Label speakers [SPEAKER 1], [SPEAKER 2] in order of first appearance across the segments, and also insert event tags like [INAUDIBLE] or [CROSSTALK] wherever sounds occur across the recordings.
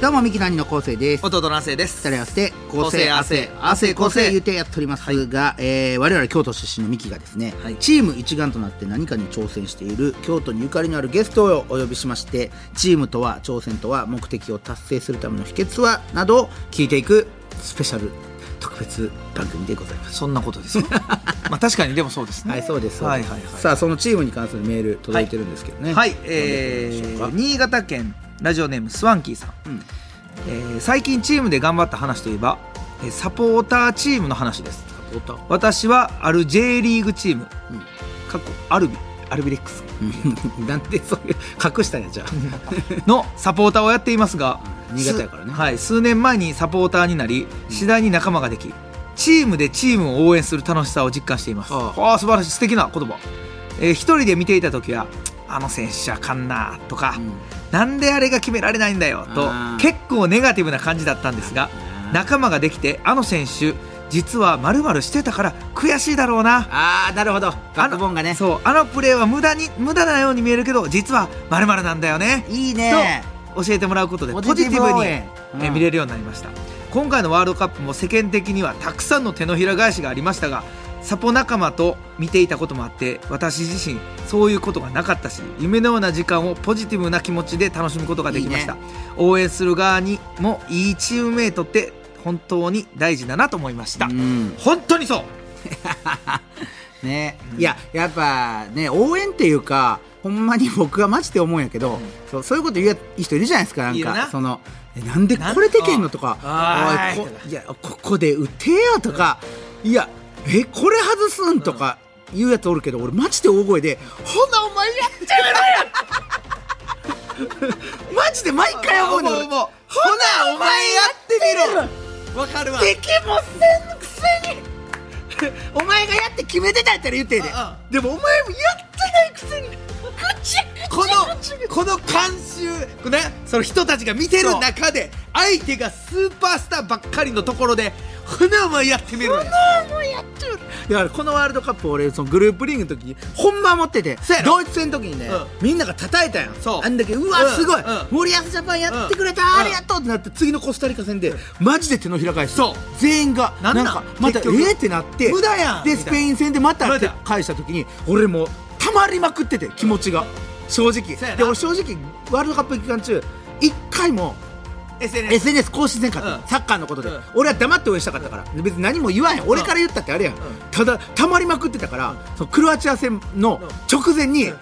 [SPEAKER 1] どうもミキの兄の昴生です
[SPEAKER 2] 弟の亜生です
[SPEAKER 1] 二人合わせて構成
[SPEAKER 2] 構
[SPEAKER 1] 汗
[SPEAKER 2] 成
[SPEAKER 1] 汗
[SPEAKER 2] 汗
[SPEAKER 1] 構
[SPEAKER 2] 構成
[SPEAKER 1] 成言うてやっておりますが、えー我々京都出身のミキがですね、
[SPEAKER 2] はい
[SPEAKER 1] チーム一丸となって何かに挑戦している京都にゆかりのあるゲストをお呼びしましてチームとは挑戦とは目的を達成するための秘訣はなどを聞いていくスペシャル特別番組でございます。
[SPEAKER 2] そんなことですよ
[SPEAKER 1] [LAUGHS]
[SPEAKER 2] まあ確かにでもそうですね
[SPEAKER 1] はい、そうです。そう
[SPEAKER 2] はい
[SPEAKER 1] です
[SPEAKER 2] はいはい
[SPEAKER 1] さあ、そのチームに関するメール届いてるんですけどね。
[SPEAKER 2] はい、
[SPEAKER 1] え
[SPEAKER 2] えー、新潟県ラジオネームスワンキーさん、
[SPEAKER 1] うん
[SPEAKER 2] えー最近チームで頑張った話といえばえーサポーターチームの話です私はある J リーグチーム、
[SPEAKER 1] うん
[SPEAKER 2] かっこアルビアルビレックス
[SPEAKER 1] なん [LAUGHS] でそういう隠したんやじゃあ。
[SPEAKER 2] のサポーターをやっていますが
[SPEAKER 1] うん新潟やからね
[SPEAKER 2] すはい、数年前にサポーターになり次第に仲間ができ、チームでチームを応援する楽しさを実感しています
[SPEAKER 1] あ
[SPEAKER 2] ああ素晴らしい素敵な言葉、えー一人で見ていた時は「あの選手あかんな」とか、なんであれが決められないんだよと
[SPEAKER 1] あー
[SPEAKER 2] 結構ネガティブな感じだったんですが
[SPEAKER 1] あー
[SPEAKER 2] 仲間ができてあの選手実はまるしてたから悔しいだろうな
[SPEAKER 1] ああ、なるほど。バックボーンがね。
[SPEAKER 2] そうあのプレーは無駄に無駄なように見えるけど実はまるなんだよね
[SPEAKER 1] いいね。
[SPEAKER 2] と教えてもらうことで
[SPEAKER 1] ポ
[SPEAKER 2] ポ
[SPEAKER 1] ジ
[SPEAKER 2] ジ
[SPEAKER 1] テ
[SPEAKER 2] テ
[SPEAKER 1] ィ
[SPEAKER 2] ィ
[SPEAKER 1] ブ
[SPEAKER 2] ブ
[SPEAKER 1] 応
[SPEAKER 2] に
[SPEAKER 1] 援
[SPEAKER 2] え
[SPEAKER 1] うん
[SPEAKER 2] 見れるようになりました今回のワールドカップも世間的にはたくさんの手のひら返しがありましたがサポ仲間と見ていたこともあって私自身そういうことがなかったし夢のような時間をポジティブな気持ちで楽しむことができました
[SPEAKER 1] い
[SPEAKER 2] 応援する側にもいいチームメイトって本当に大事だなと思いました、
[SPEAKER 1] うん
[SPEAKER 2] 本当にそう
[SPEAKER 1] ね、いややっぱね応援っていうかほんまに僕はマジで思うんやけど、そうそういうこと言うやいい人いるじゃないですかなん
[SPEAKER 2] いる
[SPEAKER 1] か
[SPEAKER 2] な
[SPEAKER 1] そのえなんでこれでけんのとかおい
[SPEAKER 2] なんあー
[SPEAKER 1] こいやここで打てよとか、いやえこれ外すんとか言うやつおるけど俺マジで大声で「ほなお前やっちゃめろや! 」マジで毎回思うの
[SPEAKER 2] 思う
[SPEAKER 1] 俺
[SPEAKER 2] 思う
[SPEAKER 1] ほなお前やってみろ!」
[SPEAKER 2] わかるわ
[SPEAKER 1] できもせんくせにお前がやって決めてたやったら言ってえで
[SPEAKER 2] あ
[SPEAKER 1] でもお前もやってないくせにぐちゃ
[SPEAKER 2] このこの監修ねその人たちが見てる中で相手がスーパースターばっかりのところで「ほなお前やってみろよ」
[SPEAKER 1] だからこのワールドカップ俺そのグループリーグの時にほんま思ってて
[SPEAKER 2] そうやろ
[SPEAKER 1] ドイツ戦の時にね、
[SPEAKER 2] うん
[SPEAKER 1] みんなが叩いたやん
[SPEAKER 2] そう
[SPEAKER 1] あんだけうわ、
[SPEAKER 2] うん
[SPEAKER 1] すごい、
[SPEAKER 2] うん
[SPEAKER 1] 森保ジャパンやってくれた、
[SPEAKER 2] うん
[SPEAKER 1] ありがとうってなって次のコスタリカ戦でマジで手のひら返し
[SPEAKER 2] そう
[SPEAKER 1] 全員が
[SPEAKER 2] なんなん
[SPEAKER 1] またえ
[SPEAKER 2] 結局
[SPEAKER 1] ーってなって
[SPEAKER 2] 無駄やん
[SPEAKER 1] で
[SPEAKER 2] みたい
[SPEAKER 1] ス
[SPEAKER 2] な
[SPEAKER 1] ペイン戦でまた
[SPEAKER 2] 無
[SPEAKER 1] 手
[SPEAKER 2] 駄
[SPEAKER 1] 返した時に俺もうたまりまくってて気持ちが正直
[SPEAKER 2] そうやな
[SPEAKER 1] で俺正直ワールドカップ期間中一回も
[SPEAKER 2] SNS
[SPEAKER 1] SNS 更新せんかった、
[SPEAKER 2] うん
[SPEAKER 1] サッカーのことで、
[SPEAKER 2] うん
[SPEAKER 1] 俺は黙って応援したかったから別に何も言わへん俺から言ったってあれやん、ただたまりまくってたから、そのクロアチア戦の直前に、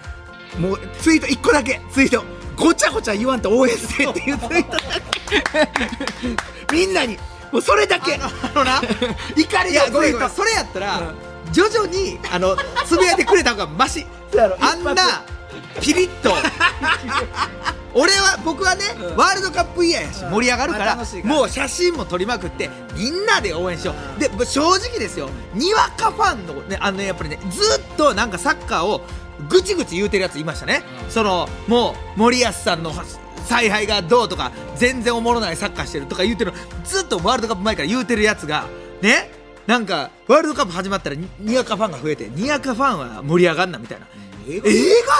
[SPEAKER 1] もうツイート1個だけツイートごちゃごちゃ言わんと応援せっていうツイートだけ [LAUGHS] みんなにもうそれだけ
[SPEAKER 2] あのな
[SPEAKER 1] 怒り
[SPEAKER 2] [LAUGHS] い
[SPEAKER 1] が
[SPEAKER 2] や
[SPEAKER 1] つ
[SPEAKER 2] ごめん
[SPEAKER 1] い
[SPEAKER 2] ごめん
[SPEAKER 1] た
[SPEAKER 2] それやったら徐々にあのつぶやいてくれた方がマシ
[SPEAKER 1] そうやろ
[SPEAKER 2] あんな
[SPEAKER 1] 一
[SPEAKER 2] ピリッ
[SPEAKER 1] [LAUGHS]
[SPEAKER 2] と俺は僕はね、
[SPEAKER 1] うん
[SPEAKER 2] ワールドカップイヤーやし
[SPEAKER 1] うん
[SPEAKER 2] 盛り上がるから,、
[SPEAKER 1] 楽しいから
[SPEAKER 2] もう写真も撮りまくってみんなで応援しよ
[SPEAKER 1] う
[SPEAKER 2] うでぶ正直ですよにわかファンのねあのねやっぱりねずっとなんかサッカーをぐちぐち言うてるやついましたね、
[SPEAKER 1] うん
[SPEAKER 2] そのもう森保さんの采配がどうとか全然おもろないサッカーしてるとか言うてるのずっとワールドカップ前から言うてるやつがねなんかワールドカップ始まったらににわかファンが増えてにわかファンは盛り上がんなみたいな、
[SPEAKER 1] 映
[SPEAKER 2] 映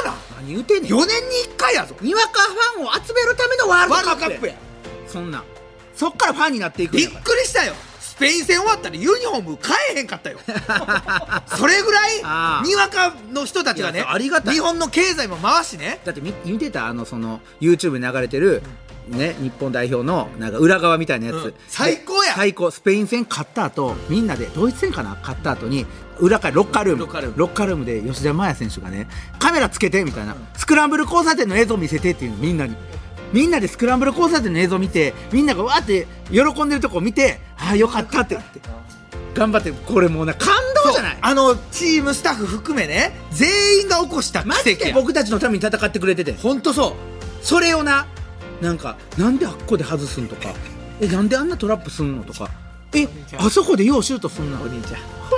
[SPEAKER 2] 画な
[SPEAKER 1] 何言うてんねん
[SPEAKER 2] 4年に1回やぞ
[SPEAKER 1] にわかファンを集めるためのワールド
[SPEAKER 2] ワール
[SPEAKER 1] カップ
[SPEAKER 2] ドカ
[SPEAKER 1] や
[SPEAKER 2] ップや
[SPEAKER 1] そんなんそっからファンになっていくん
[SPEAKER 2] び
[SPEAKER 1] や
[SPEAKER 2] っ
[SPEAKER 1] から
[SPEAKER 2] くりしたよスペイン戦終わったらユニフォーム買えへん
[SPEAKER 1] [LAUGHS]
[SPEAKER 2] かったよそれぐらい
[SPEAKER 1] あー
[SPEAKER 2] にわかの人たちが
[SPEAKER 1] い
[SPEAKER 2] ね
[SPEAKER 1] やありがたい
[SPEAKER 2] 日本の経済も回しね
[SPEAKER 1] だって見見てたあのその YouTube に流れてる、ね、日本代表のなんか裏側みたいなやつ、
[SPEAKER 2] うん最高や
[SPEAKER 1] 最高スペイン戦勝った後みんなでドイツ戦かな勝った後に裏からロッカールーム
[SPEAKER 2] ロッカールーム
[SPEAKER 1] で吉田麻也選手がねカメラつけてみたいな、スクランブル交差点の映像見せてっていうのみんなにみんなでスクランブル交差点の映像見てみんながわーって喜んでるとこ見てああよかったって言って頑張ってこれもうな感動じゃない
[SPEAKER 2] そうあのチームスタッフ含めね全員が起こした
[SPEAKER 1] マ
[SPEAKER 2] 奇
[SPEAKER 1] ジ
[SPEAKER 2] 跡
[SPEAKER 1] で
[SPEAKER 2] や
[SPEAKER 1] 僕たちのために戦ってくれてて
[SPEAKER 2] 本当そう
[SPEAKER 1] それをななんかなんであっこで外すんとかえなんであんなトラップすんのとかえあそこでようシュートすんのお兄ちゃんほ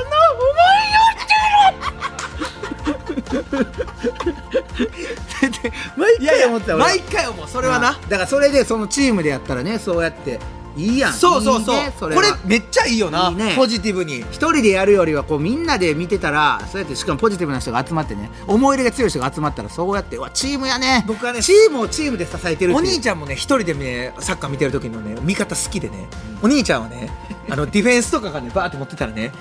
[SPEAKER 1] なお前やって
[SPEAKER 2] [LAUGHS]
[SPEAKER 1] 毎
[SPEAKER 2] いやい
[SPEAKER 1] 回
[SPEAKER 2] や
[SPEAKER 1] 思ってた俺は
[SPEAKER 2] 毎回思うそれはな
[SPEAKER 1] だからそれでそのチームでやったらねそうやっていいやん
[SPEAKER 2] そうそうそう
[SPEAKER 1] いいねそれ
[SPEAKER 2] こ
[SPEAKER 1] は
[SPEAKER 2] れめっちゃいいよない
[SPEAKER 1] いね
[SPEAKER 2] ポジティブに
[SPEAKER 1] 一人でやるよりはこうみんなで見てたらそうやってしかもポジティブな人が集まってね思い入れが強い人が集まったらそうやってうわチームやね
[SPEAKER 2] 僕はね
[SPEAKER 1] チームをチームで支えてるっていう
[SPEAKER 2] お兄ちゃんもね一人でねサッカー見てる時のね味方好きでね、お兄ちゃんはね
[SPEAKER 1] [LAUGHS]
[SPEAKER 2] あのディフェンスとかがねバーって持ってたらね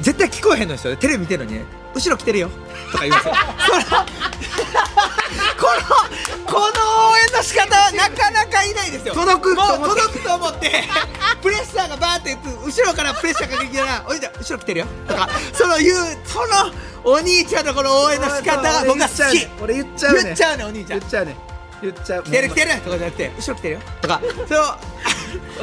[SPEAKER 2] 絶対聞こえへんのですよテレビ見てるのにね後ろ来てるよとか言うんですよそらこの [LAUGHS] この応援の仕方はなかなかいないですよ
[SPEAKER 1] 届くと思って
[SPEAKER 2] もう届くと思ってプレッシャーがバーって後ろからプレッシャーかけてきたら「お兄ちゃん後ろ来てるよ」とかその言うそのお兄ちゃんのこの応援の仕方が僕は好き
[SPEAKER 1] 俺言っちゃうね
[SPEAKER 2] 言っちゃうねお兄ちゃん
[SPEAKER 1] 言っちゃうね言っちゃう
[SPEAKER 2] 来てる来てるとかじゃなくて後ろ来てるよとかそれを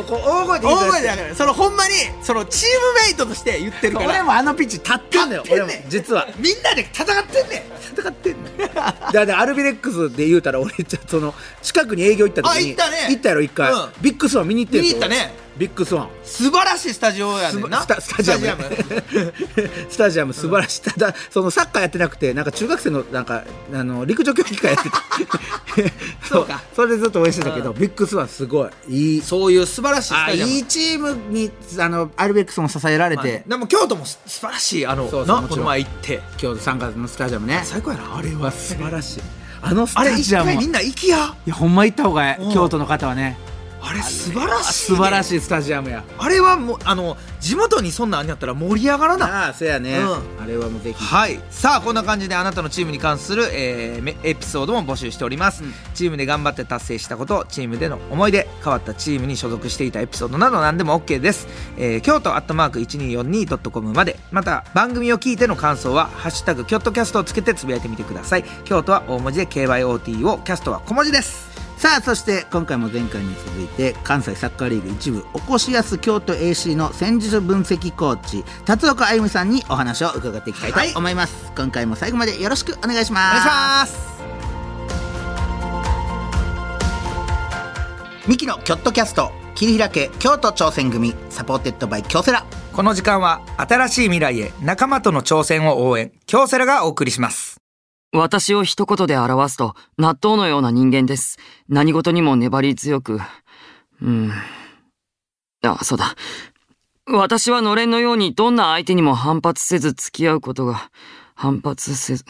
[SPEAKER 1] こう大声で言
[SPEAKER 2] 大
[SPEAKER 1] う
[SPEAKER 2] 声じゃなくてそのほんまにそのチームメイトとして言ってるから
[SPEAKER 1] 俺もあのピッチ立ってんだよ
[SPEAKER 2] 立ってんねん
[SPEAKER 1] 俺も実は
[SPEAKER 2] みんなで戦ってんねん
[SPEAKER 1] 戦って [LAUGHS] んのだってアルビレックスで言うたら俺ちょっとその近くに営業行った時に
[SPEAKER 2] あ行ったね
[SPEAKER 1] 行ったやろ一回、
[SPEAKER 2] うん
[SPEAKER 1] ビッグスワン見に行ってんすよ
[SPEAKER 2] 見に行ったね
[SPEAKER 1] ビッグスワン
[SPEAKER 2] 素晴らしいスタジオや
[SPEAKER 1] ス
[SPEAKER 2] ねんな
[SPEAKER 1] タスタジアムねスタジアム素晴らしい、ただそのサッカーやってなくてなんか中学生のなんかあの陸上競技会やってた
[SPEAKER 2] [LAUGHS] そうか
[SPEAKER 1] それでずっと応援してたけど、
[SPEAKER 2] う
[SPEAKER 1] ビッグスワンすごいいい
[SPEAKER 2] そういう素晴らしいス
[SPEAKER 1] あ
[SPEAKER 2] タジアム
[SPEAKER 1] いいチームにあのアルビレックスも支えられ
[SPEAKER 2] まあね
[SPEAKER 1] て、
[SPEAKER 2] でも京都もす素晴らしいあの
[SPEAKER 1] そうそう
[SPEAKER 2] な
[SPEAKER 1] もちろ
[SPEAKER 2] こ
[SPEAKER 1] ん
[SPEAKER 2] の前行って
[SPEAKER 1] 今日3月のスタジアムね
[SPEAKER 2] 最高やな
[SPEAKER 1] あれは素晴らしいあのス
[SPEAKER 2] あ
[SPEAKER 1] タ
[SPEAKER 2] れ一
[SPEAKER 1] ジアム
[SPEAKER 2] 回
[SPEAKER 1] は
[SPEAKER 2] みんな行きや
[SPEAKER 1] いやほんま行った方がい
[SPEAKER 2] うん
[SPEAKER 1] い京都の方はね
[SPEAKER 2] あれ素晴らしい、
[SPEAKER 1] 素晴ら
[SPEAKER 2] い
[SPEAKER 1] しいスタジアムや
[SPEAKER 2] あれはもうあの地元にそんなんあんやったら盛り上がらない
[SPEAKER 1] ああそうやね、
[SPEAKER 2] うん
[SPEAKER 1] あれはもうぜひ
[SPEAKER 2] はいさあこんな感じであなたのチームに関する、えーめエピソードも募集しております、
[SPEAKER 1] うん
[SPEAKER 2] チームで頑張って達成したことチームでの思い出変わったチームに所属していたエピソードなど何でも OK です、えー、京都アットマーク 1242.com までまた番組を聞いての感想は「ハッシュタグキョットキャスト」をつけてつぶやいてみてください京都は大文字で KYOT をキャストは小文字です
[SPEAKER 1] さあそして今回も前回に続いて関西サッカーリーグ一部おこしやす京都 AC の戦術分析コーチ辰岡歩さんにお話を伺っていきたいと思います、今回も最後までよろしくお願いし
[SPEAKER 2] お
[SPEAKER 1] ます
[SPEAKER 2] 願いします
[SPEAKER 1] ミキのキョットキャスト切り開け京都挑戦組サポーテッドバイ京セラ
[SPEAKER 2] この時間は新しい未来へ仲間との挑戦を応援京セラがお送りします
[SPEAKER 3] 私を一言で表すと、納豆のような人間です。何事にも粘り強く。うん。あ、そうだ。私はのれんのようにどんな相手にも反発せず付き合うことが、反発せず。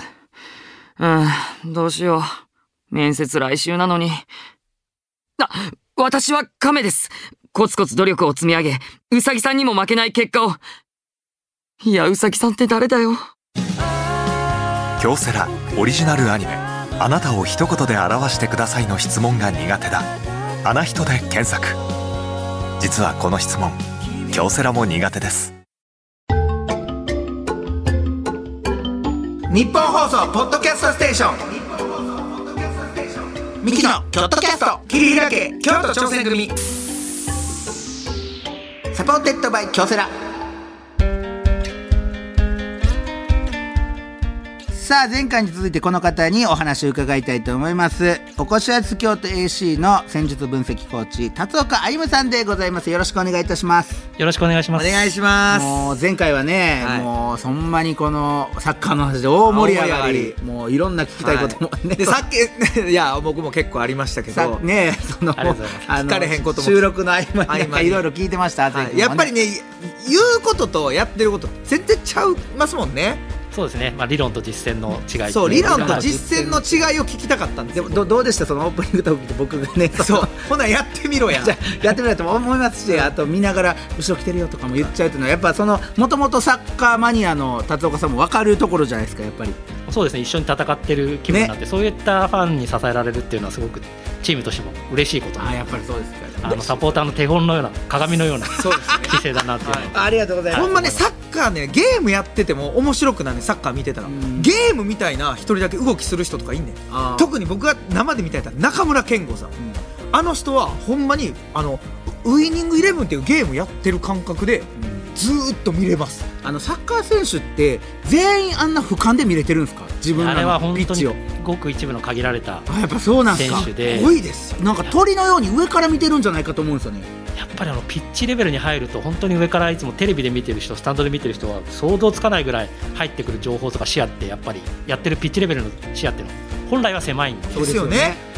[SPEAKER 3] うん、どうしよう。面接来週なのに。あ、私は亀です。コツコツ努力を積み上げ、うさぎさんにも負けない結果を。いや、うさぎさんって誰だよ。
[SPEAKER 4] 京セラオリジナルアニメ「あなたを一言で表してください」の質問が苦手だ「あな人」で検索実はこの質問京セラも苦手です
[SPEAKER 2] 日本放送ポッドキャストステーションミキのキョットキャスト切り開け京都挑戦組
[SPEAKER 1] サポーテッドバイ京セラさあ前回に続いてこの方にお話を伺いたいと思いますおこしやす京都 AC の戦術分析コーチ辰岡歩さんでございますよろしくお願いいたします
[SPEAKER 5] よろしくお願いし
[SPEAKER 2] お
[SPEAKER 5] ます。
[SPEAKER 2] 願いします
[SPEAKER 1] もう前回はね、
[SPEAKER 2] はい
[SPEAKER 1] もうそんまにこのサッカーの話で大盛り上がり
[SPEAKER 2] 大盛り上が
[SPEAKER 1] もういろんな聞きたいことも
[SPEAKER 2] は
[SPEAKER 1] ね、
[SPEAKER 2] でさっき [LAUGHS] いや僕も結構ありましたけ
[SPEAKER 1] さ
[SPEAKER 2] ど、
[SPEAKER 1] ねその
[SPEAKER 5] ありがとうございます
[SPEAKER 1] あの
[SPEAKER 2] 聞かれへんことも
[SPEAKER 1] 収録の合間に
[SPEAKER 2] 合間に
[SPEAKER 1] なんかいろいろ聞いてました、
[SPEAKER 2] は
[SPEAKER 1] 前回も
[SPEAKER 2] い
[SPEAKER 1] ね
[SPEAKER 2] やっぱりね言うこととやってること全然ちゃいますもんね
[SPEAKER 5] そうですね。まあ理論と実践の違い。
[SPEAKER 2] そう理論と
[SPEAKER 5] はい
[SPEAKER 2] 実践の違いを聞きたかったんです
[SPEAKER 1] で
[SPEAKER 2] よ
[SPEAKER 1] もどどうでしたそのオープニングトークって僕が [LAUGHS] ね
[SPEAKER 2] そう [LAUGHS] ほなやってみろや
[SPEAKER 1] じゃあやってみたいと思いますし、あと見ながら後ろ来てるよとかも言っちゃうというのはやっぱそのもともとサッカーマニアの達岡さんも分かるところじゃないですかやっぱり
[SPEAKER 5] [LAUGHS] そうですね。一緒に戦ってる気分になって、そういったファンに支えられるっていうのはすごくチームとしても嬉しいこと。
[SPEAKER 1] あ
[SPEAKER 5] あ
[SPEAKER 1] やっぱりそうですか
[SPEAKER 5] のサポーターの手本のような鏡のような
[SPEAKER 2] そうですね
[SPEAKER 5] 姿勢だなっていうのは。
[SPEAKER 1] ありがとうございます
[SPEAKER 2] ほんまねサッカーねゲームやってても面白くないねサッカー見てたら
[SPEAKER 1] うん
[SPEAKER 2] ゲームみたいな一人だけ動きする人とかいんねん
[SPEAKER 1] あー
[SPEAKER 2] 特に僕が生で見たやったら中村健吾さん
[SPEAKER 1] うん
[SPEAKER 2] あの人はほんまにあのウイニングイレブンっていうゲームやってる感覚で
[SPEAKER 1] うん
[SPEAKER 2] ずーっと見れます
[SPEAKER 1] あのサッカー選手って全員あんな俯瞰で見れてるんですか自分
[SPEAKER 5] あれ
[SPEAKER 1] ら
[SPEAKER 5] は
[SPEAKER 1] の
[SPEAKER 5] 本
[SPEAKER 1] ピッ
[SPEAKER 5] 当
[SPEAKER 1] チ
[SPEAKER 5] に
[SPEAKER 1] を
[SPEAKER 5] ごく一部の限られた
[SPEAKER 1] あやっぱそうなんですか
[SPEAKER 5] 選手で、
[SPEAKER 2] 多いですよ
[SPEAKER 1] なんか鳥のように上から見てるんじゃないかと思うんですよね
[SPEAKER 5] やっぱりあのピッチレベルに入ると本当に上からいつもテレビで見てる人スタンドで見てる人は想像つかないぐらい入ってくる情報とか視野ってやっぱりやってるピッチレベルの視野っていうのは本来は狭いんで
[SPEAKER 1] そうですよね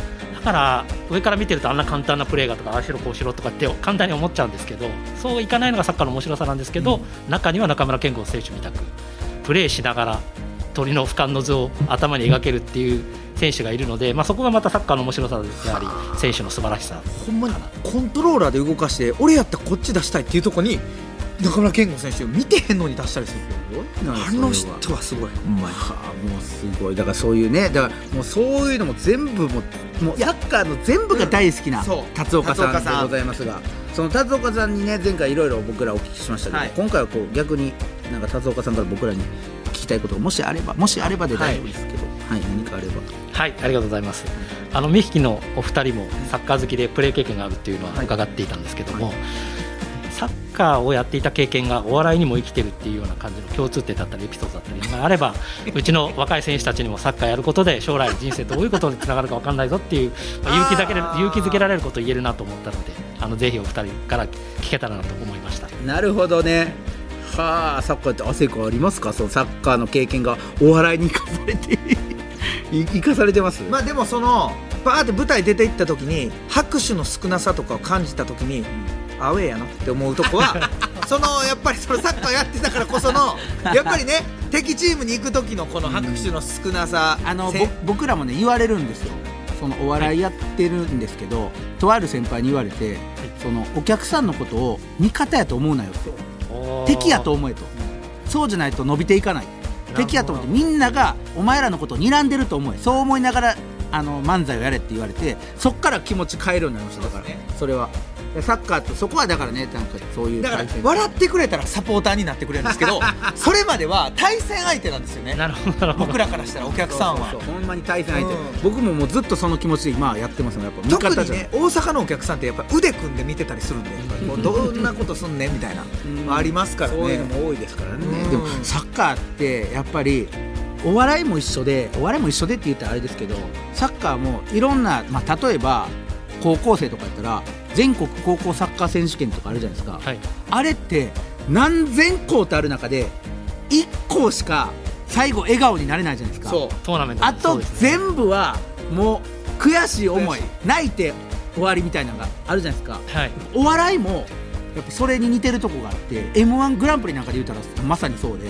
[SPEAKER 5] だから上から見てるとあんな簡単なプレーがとかああしろこうしろとかって簡単に思っちゃうんですけどそういかないのがサッカーの面白さなんですけど、中には中村健吾選手みたくプレーしながら鳥の俯瞰の図を頭に描けるっていう選手がいるので、まあ、そこがまたサッカーの面白さであり選手の素晴らしさ
[SPEAKER 1] ほんまにコントローラーで動かして俺やったらこっち出したいっていうとこに中村健吾選手見てへんのに出したりするあの人はすごい
[SPEAKER 2] ほんまに
[SPEAKER 1] はあもうすごいだからそういうねだからもうそういうのも全部もうもうサッカーの全部が大好きな、
[SPEAKER 2] うんそう
[SPEAKER 1] 達岡さんで
[SPEAKER 2] 達岡さん
[SPEAKER 1] ございますがその達岡さんにね前回いろいろ僕らお聞きしましたけど、
[SPEAKER 2] はい
[SPEAKER 1] 今回はこう逆になんか達岡さんから僕らに聞きたいことがもしあればもしあればで大丈夫ですけど、はい何かあれば
[SPEAKER 5] はい、ありがとうございます。あのミヒキのお二人もサッカー好きでプレー経験があるっていうのは伺っていたんですけども、サッカーをやっていた経験がお笑いにも生きてるっていうような感じの共通点だったりエピソードだったりがあればうちの若い選手たちにもサッカーやることで将来人生どういうことにつながるか分かんないぞっていう、まあ勇気だけで勇気づけられることを言えるなと思ったのであのぜひお二人から聞けたらなと思いました。
[SPEAKER 1] なるほどねはあサッカーって汗子ありますかそのサッカーの経験がお笑いに生かされてい [LAUGHS] 生かされてます、
[SPEAKER 2] まあでもそのバーって舞台出て行った時に拍手の少なさとかを感じた時に、アウェーやなって思うとこ
[SPEAKER 1] [LAUGHS]
[SPEAKER 2] はそのやっぱりそのサッカーやってたからこそのやっぱりね敵チームに行く時のこの拍手の少なさ、
[SPEAKER 1] あの
[SPEAKER 2] せ
[SPEAKER 1] ぼ僕らもね言われるんですよそのお笑いやってるんですけど、とある先輩に言われて、そのお客さんのことを味方やと思うなよって敵やと思えとそうじゃないと伸びていかない敵やと思ってみんながお前らのことを睨んでると思えそう思いながらあの漫才をやれって言われてそっから気持ち変えるようになりましただから
[SPEAKER 2] そうです
[SPEAKER 1] それはサッカーってそこはだからねなんかそういう
[SPEAKER 2] だから
[SPEAKER 1] 対戦
[SPEAKER 2] 笑ってくれたらサポーターになってくれるんですけ
[SPEAKER 1] [LAUGHS]
[SPEAKER 2] どそれまでは対戦相手なんですよね
[SPEAKER 5] なるほどなるほど
[SPEAKER 2] 僕らからしたらお客さんは
[SPEAKER 1] そうそうそうほんまに対戦相手、
[SPEAKER 2] うん
[SPEAKER 1] 僕ももうずっとその気持ちで今やってますよやっぱ味
[SPEAKER 2] 特
[SPEAKER 1] 方
[SPEAKER 2] に
[SPEAKER 1] じゃない
[SPEAKER 2] ね大阪のお客さんってやっぱ腕組んで見てたりするんでやっぱりこうどんなことすんねんみたいな、
[SPEAKER 1] ん
[SPEAKER 2] まあありますからね
[SPEAKER 1] そういうのも多いですからね、
[SPEAKER 2] うん
[SPEAKER 1] でもサッカーってやっぱりお笑いも一緒でお笑いも一緒でって言ったらあれですけどサッカーもいろんな、まあ、例えば高校生とかやったら全国高校サッカー選手権とかあるじゃないですか、
[SPEAKER 5] はい
[SPEAKER 1] あれって何千校とある中で1校しか最後笑顔になれないじゃないですか
[SPEAKER 2] そう
[SPEAKER 5] トーナメント
[SPEAKER 1] あ
[SPEAKER 5] もそ
[SPEAKER 1] と
[SPEAKER 5] うですね
[SPEAKER 1] 全部はもう悔しい思い
[SPEAKER 2] 悔し
[SPEAKER 1] 泣いて終わりみたいなのがあるじゃないですか
[SPEAKER 5] はい
[SPEAKER 1] お笑いもやっぱそれに似てるとこがあって m 1グランプリなんかで言うたらまさにそうで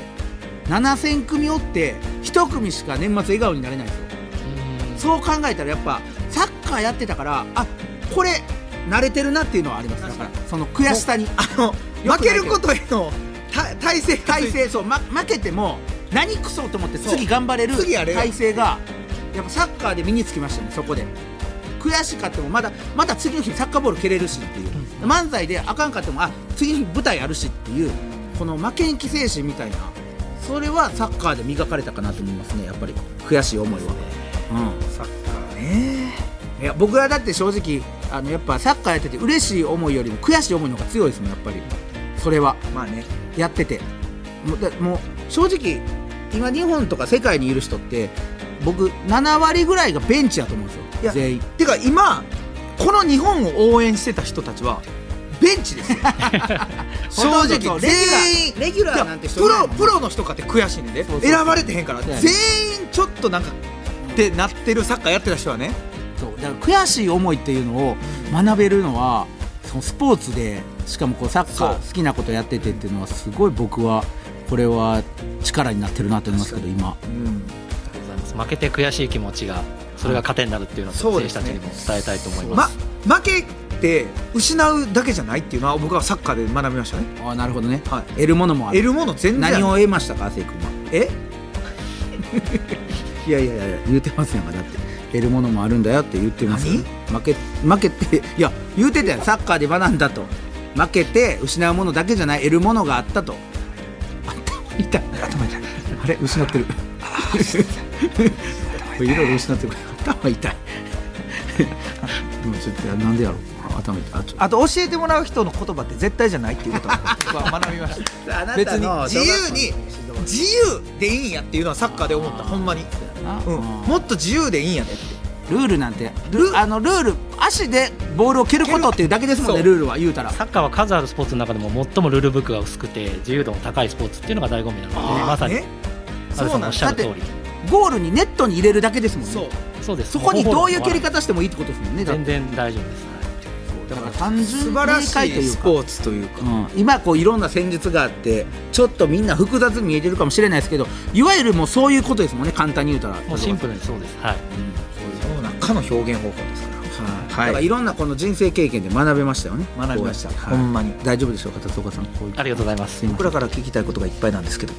[SPEAKER 1] 7000組おって1組しか年末笑顔になれないんですよ
[SPEAKER 5] うん
[SPEAKER 1] そう考えたらやっぱサッカーやってたからあこれ慣れてるなっていうのはありますだ
[SPEAKER 2] 確か
[SPEAKER 1] か
[SPEAKER 2] に
[SPEAKER 1] らその悔しさに
[SPEAKER 2] あの
[SPEAKER 1] よくない
[SPEAKER 2] 負
[SPEAKER 1] け
[SPEAKER 2] け
[SPEAKER 1] ど
[SPEAKER 2] ることへのた体制
[SPEAKER 1] 体制そう、ま、負けても何くそと思って
[SPEAKER 2] そう
[SPEAKER 1] 次頑張れる
[SPEAKER 2] 次やれよ
[SPEAKER 1] 体制がやっぱサッカーで身につきましたねそこで悔しかってもまだまた次の日サッカーボール蹴れるしっていう、漫才であかんかってもあ次の日舞台あるしっていうこの負けん気精神みたいなそれはサッカーで磨かれたかなと思いますねやっぱり悔しい思いは、うん、
[SPEAKER 2] サッカーね
[SPEAKER 1] いや僕はだって正直あのやっぱサッカーやってて嬉しい思いよりも悔しい思いの方が強いですもんやっぱりそれは
[SPEAKER 2] まあね
[SPEAKER 1] やっててもうだもう正直今日本とか世界にいる人って僕7割ぐらいがベンチやと思うんですよ
[SPEAKER 2] いや
[SPEAKER 1] 全員
[SPEAKER 2] てか今この日本を応援してた人たちはベン
[SPEAKER 1] [LAUGHS]
[SPEAKER 2] チですよ正
[SPEAKER 1] ほとんどそうレ
[SPEAKER 2] 直
[SPEAKER 1] ギュラー
[SPEAKER 2] 全員
[SPEAKER 1] レギュラー
[SPEAKER 2] いや
[SPEAKER 1] なんて人い
[SPEAKER 2] プ
[SPEAKER 1] ないも
[SPEAKER 2] ロ
[SPEAKER 1] んね
[SPEAKER 2] プロの人かって悔しいねんで
[SPEAKER 1] そうそう
[SPEAKER 2] 選ばれてへんから
[SPEAKER 1] そうや
[SPEAKER 2] 全
[SPEAKER 1] ね
[SPEAKER 2] 員ちょっとなんかってなってるサッカーやってた人はね
[SPEAKER 1] そうだから悔しい思いっていうのを学べるのはそのスポーツでしかもこうサッカ
[SPEAKER 2] そう
[SPEAKER 1] ー好きなことやっててっていうのはすごい僕はこれは力になってるなと思いますけど今
[SPEAKER 5] ありがとうございます負けて悔しい気持ちがそれが糧になるっていうのを
[SPEAKER 2] そうで
[SPEAKER 5] 選手
[SPEAKER 2] す
[SPEAKER 5] た
[SPEAKER 2] ね
[SPEAKER 5] ちにも伝えたいと思いま、
[SPEAKER 2] ます負けって失うだけじゃないっていうのは僕はサッカーで学びましたね
[SPEAKER 1] ああなるほどね、
[SPEAKER 2] はい
[SPEAKER 1] 得るものもあ
[SPEAKER 2] 得
[SPEAKER 1] る
[SPEAKER 2] るもの全然
[SPEAKER 1] 何を得ましたか亜生君は
[SPEAKER 2] え
[SPEAKER 1] [LAUGHS] いやいやいや言うてますやんかだって得るものもあるんだよって言ってますよ負け負けていや言うてたやんサッカーで学んだと負けて失うものだけじゃない得るものがあったと頭痛い頭痛いあれ失ってる [LAUGHS] いろいろ失ってる頭痛い [LAUGHS] でもちょっとなんでやろう頭痛いあちょっ
[SPEAKER 2] あと教えてもらう人の言葉って絶対じゃないっていう [LAUGHS] ことは僕は学びま
[SPEAKER 1] [LAUGHS]
[SPEAKER 2] した
[SPEAKER 1] とあな
[SPEAKER 2] 別に自由に自由でいいんやっていうのはサッカーで思ったほんまに、
[SPEAKER 1] な
[SPEAKER 2] うん、もっと自由でいいんやねってルールなんてルあのルール足でボールを蹴ることっていうだけですもんね
[SPEAKER 5] そう
[SPEAKER 2] ルールは言うたら
[SPEAKER 5] サッカーは数あるスポーツの中でも最もルールブックが薄くて自由度の高いスポーツっていうのが醍醐味なので
[SPEAKER 2] あー
[SPEAKER 5] まさに
[SPEAKER 2] ね
[SPEAKER 5] 安部さんのおっしゃる通り
[SPEAKER 2] ゴールにネットに入れるだけですもんね
[SPEAKER 5] そうです
[SPEAKER 2] そこにどういう蹴り
[SPEAKER 5] 方
[SPEAKER 2] 方してもいいってことですもんねだって
[SPEAKER 5] 全然大丈夫です
[SPEAKER 2] だから単純
[SPEAKER 1] 素
[SPEAKER 2] に
[SPEAKER 1] 晴らし
[SPEAKER 2] 理解と
[SPEAKER 1] い
[SPEAKER 2] いう
[SPEAKER 1] ス
[SPEAKER 2] か
[SPEAKER 1] ポーツというか、
[SPEAKER 2] うん今こういろんな戦術があってちょっとみんな複雑に見えてるかもしれないですけどいわゆるもうそういうことですもんね簡単に言うたら
[SPEAKER 5] もうシンプルにそうですはい
[SPEAKER 1] その中の表現方法ですから
[SPEAKER 2] はい、だからいろんなこの人生経験で学べましたよね
[SPEAKER 1] 学びました
[SPEAKER 2] こうやって
[SPEAKER 1] ほんまに
[SPEAKER 2] 大丈夫でしょうか達岡さんこういう
[SPEAKER 5] ありがとうございます
[SPEAKER 1] 僕らから聞きたいことがいっぱいなんですけ
[SPEAKER 2] [LAUGHS]
[SPEAKER 1] ど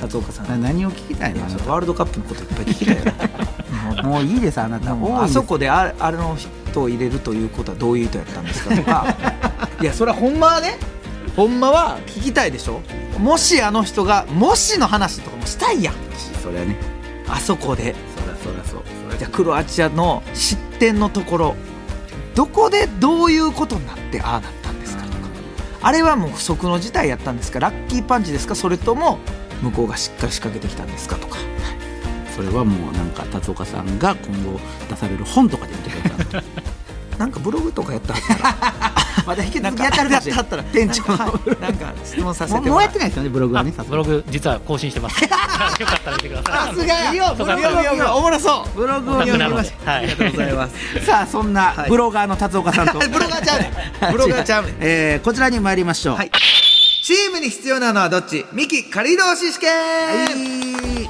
[SPEAKER 1] 達岡さん
[SPEAKER 2] な何を聞きたいのあなた
[SPEAKER 1] ワールドカップのこといっぱい聞きたいよね
[SPEAKER 2] [LAUGHS] もういいですあなた
[SPEAKER 1] もう
[SPEAKER 2] 多い
[SPEAKER 1] あ
[SPEAKER 2] です
[SPEAKER 1] そこでああれの人を入れるということはどういう意図やったんですかとか
[SPEAKER 2] [LAUGHS] いやそれはほんまはねほんまは聞きたいでしょもしあの人がもしの話とかもしたいやん
[SPEAKER 1] それはね
[SPEAKER 2] あそこで
[SPEAKER 1] そりゃそりゃそう
[SPEAKER 2] じゃあクロアチアの失点のところどこでどういうことになってああなったんですかとかあれはもう不測の事態やったんですかラッキーパンチですかそれとも向こうがしっかり仕掛けてきたんですかとかそれはもうなんか達岡さんが今後出される本とかで言ってください
[SPEAKER 1] なんかブログとかやったら
[SPEAKER 2] [LAUGHS] まだ引き続きやってる [LAUGHS] やつやったら店長
[SPEAKER 1] なんか質問させ
[SPEAKER 2] [LAUGHS] もう
[SPEAKER 1] て
[SPEAKER 2] もう
[SPEAKER 1] ら
[SPEAKER 2] やってないですよねブログはねさすが
[SPEAKER 5] ブログ実は更新してま
[SPEAKER 2] [LAUGHS]
[SPEAKER 5] すよかったら見てください
[SPEAKER 2] 見ようブログを見ようおもろそう
[SPEAKER 1] ブログ
[SPEAKER 5] オ
[SPEAKER 1] を
[SPEAKER 5] タク
[SPEAKER 1] 読み
[SPEAKER 5] なの
[SPEAKER 1] ま
[SPEAKER 5] で
[SPEAKER 1] し、
[SPEAKER 5] はい、
[SPEAKER 1] ます
[SPEAKER 2] [LAUGHS] さあそんなブロガーの達岡さん [LAUGHS] と
[SPEAKER 1] ブロガーちゃうねんブロガーちゃうねん
[SPEAKER 2] えーこちらに参りましょう
[SPEAKER 1] はい
[SPEAKER 2] チームに必要なのはどっちミキ仮同士試験、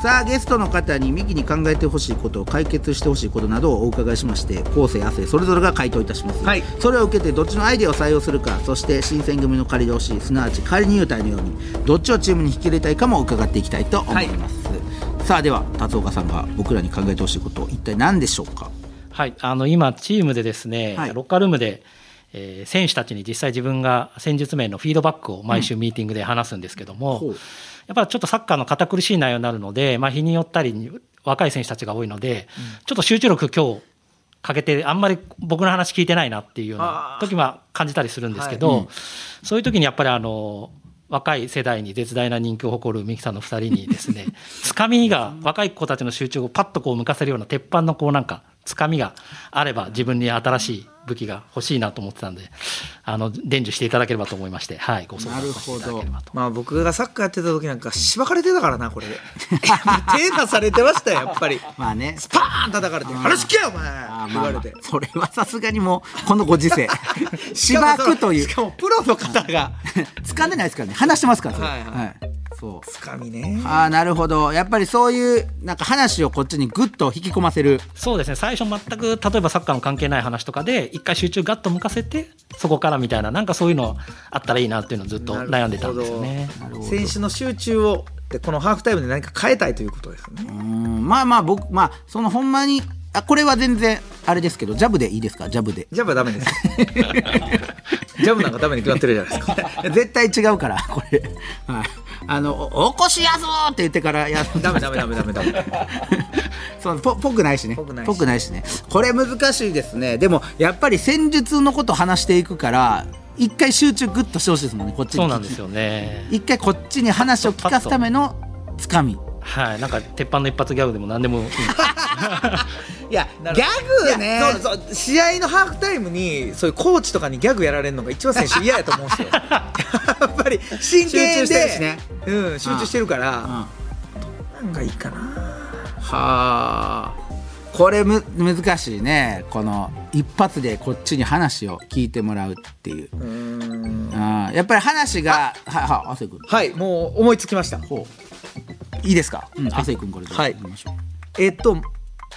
[SPEAKER 1] さあゲストの方にミキに考えてほしいことを解決してほしいことなどをお伺いしまして昴生亜生それぞれが回答いたします、
[SPEAKER 2] はい
[SPEAKER 1] それを受けてどっちのアイデアを採用するかそして新選組の仮同士すなわち仮入隊のようにどっちをチームに引き入れたいかも伺っていきたいと思います、さあでは達岡さんが僕らに考えてほしいこと一体何でしょうか
[SPEAKER 5] はい、あの今チームでですね、
[SPEAKER 1] はい
[SPEAKER 5] ロッカールームで、えー選手たちに実際自分が戦術面のフィードバックを毎週ミーティングで話すんですけども、
[SPEAKER 1] ほう
[SPEAKER 5] やっぱりちょっとサッカーの堅苦しい内容になるので、まあ、日によったりに若い選手たちが多いので、ちょっと集中力今日かけてあんまり僕の話聞いてないなっていうような時は感じたりするんですけど、そういう時にやっぱりあの若い世代に絶大な人気を誇るミキさんの2人にですねつかみが若い子たちの集中をパッとこう向かせるような鉄板のこうなんかつかみがあれば自分に新しい武器が欲しいなと思ってたんであの伝授していただければと思いまして、はい、ご相談させていただければと。
[SPEAKER 2] まあ僕がサッカーやってた時なんかしばかれてたからなこれ [LAUGHS] で手出されてましたよやっぱり
[SPEAKER 1] まあね
[SPEAKER 2] スパーン叩かれて「話聞けよお前!」言われて
[SPEAKER 1] それはさすがにもうこのご時
[SPEAKER 2] [LAUGHS]
[SPEAKER 1] 世しばくという
[SPEAKER 2] しかもプロの方が
[SPEAKER 1] [LAUGHS] 掴んでないですからね話してますからそれ
[SPEAKER 2] はいはい
[SPEAKER 1] そう
[SPEAKER 2] つかみね
[SPEAKER 1] ああなるほどやっぱりそういうなんか話をこっちにグッと引き込ませる
[SPEAKER 5] そうですね最初全く例えばサッカーの関係ない話とかで一回集中ガッと向かせてそこからみたいななんかそういうのあったらいいなっていうのをずっと悩んでたんですよね。
[SPEAKER 2] 選手の集中をでこのハーフタイムで何か変えたいということですね
[SPEAKER 1] うんまあまあ僕まあそのほんまにあこれは全然あれですけどジャブでいいですかジャブで
[SPEAKER 2] ジャブはダメ [LAUGHS] ですジャブなんかダメに決まってるじゃないですか
[SPEAKER 1] 絶対違うから [LAUGHS] これ、はい、あのお「起こしやぞ!」って言ってからやる
[SPEAKER 2] ダメダメダメダメダメ
[SPEAKER 1] [LAUGHS] そうぽぽくないしね
[SPEAKER 2] ぽくないし
[SPEAKER 1] ぽくないしねこれ難しいですねでもやっぱり戦術のこと話していくから一回集中グッとしてほしいですもんねこっちに
[SPEAKER 5] そうなんですよね。
[SPEAKER 1] 一回こっちに話を聞かすためのつかみ
[SPEAKER 5] はい、なんか鉄板の一発ギャグでも何でもいいん
[SPEAKER 1] [LAUGHS]
[SPEAKER 5] ですけど
[SPEAKER 2] いやギ
[SPEAKER 1] なるほど
[SPEAKER 2] ャグね
[SPEAKER 1] いや
[SPEAKER 2] そうそう試合のハーフタイムにそういうコーチとかにギャグやられるのが一番選 [LAUGHS] 手嫌やと思うんですよやっぱり真
[SPEAKER 1] 集中
[SPEAKER 2] 剣で
[SPEAKER 1] してるしね
[SPEAKER 2] うん、集中してるから、なんかいいかな
[SPEAKER 1] はあこれむ難しいねこの一発でこっちに話を聞いてもらうっていうあーやっぱり話がはは亜生君
[SPEAKER 2] はいもう思いつきました
[SPEAKER 1] ほ
[SPEAKER 2] ういいですか、
[SPEAKER 1] うん亜生君これで
[SPEAKER 2] はい
[SPEAKER 1] いきましょう
[SPEAKER 2] えっと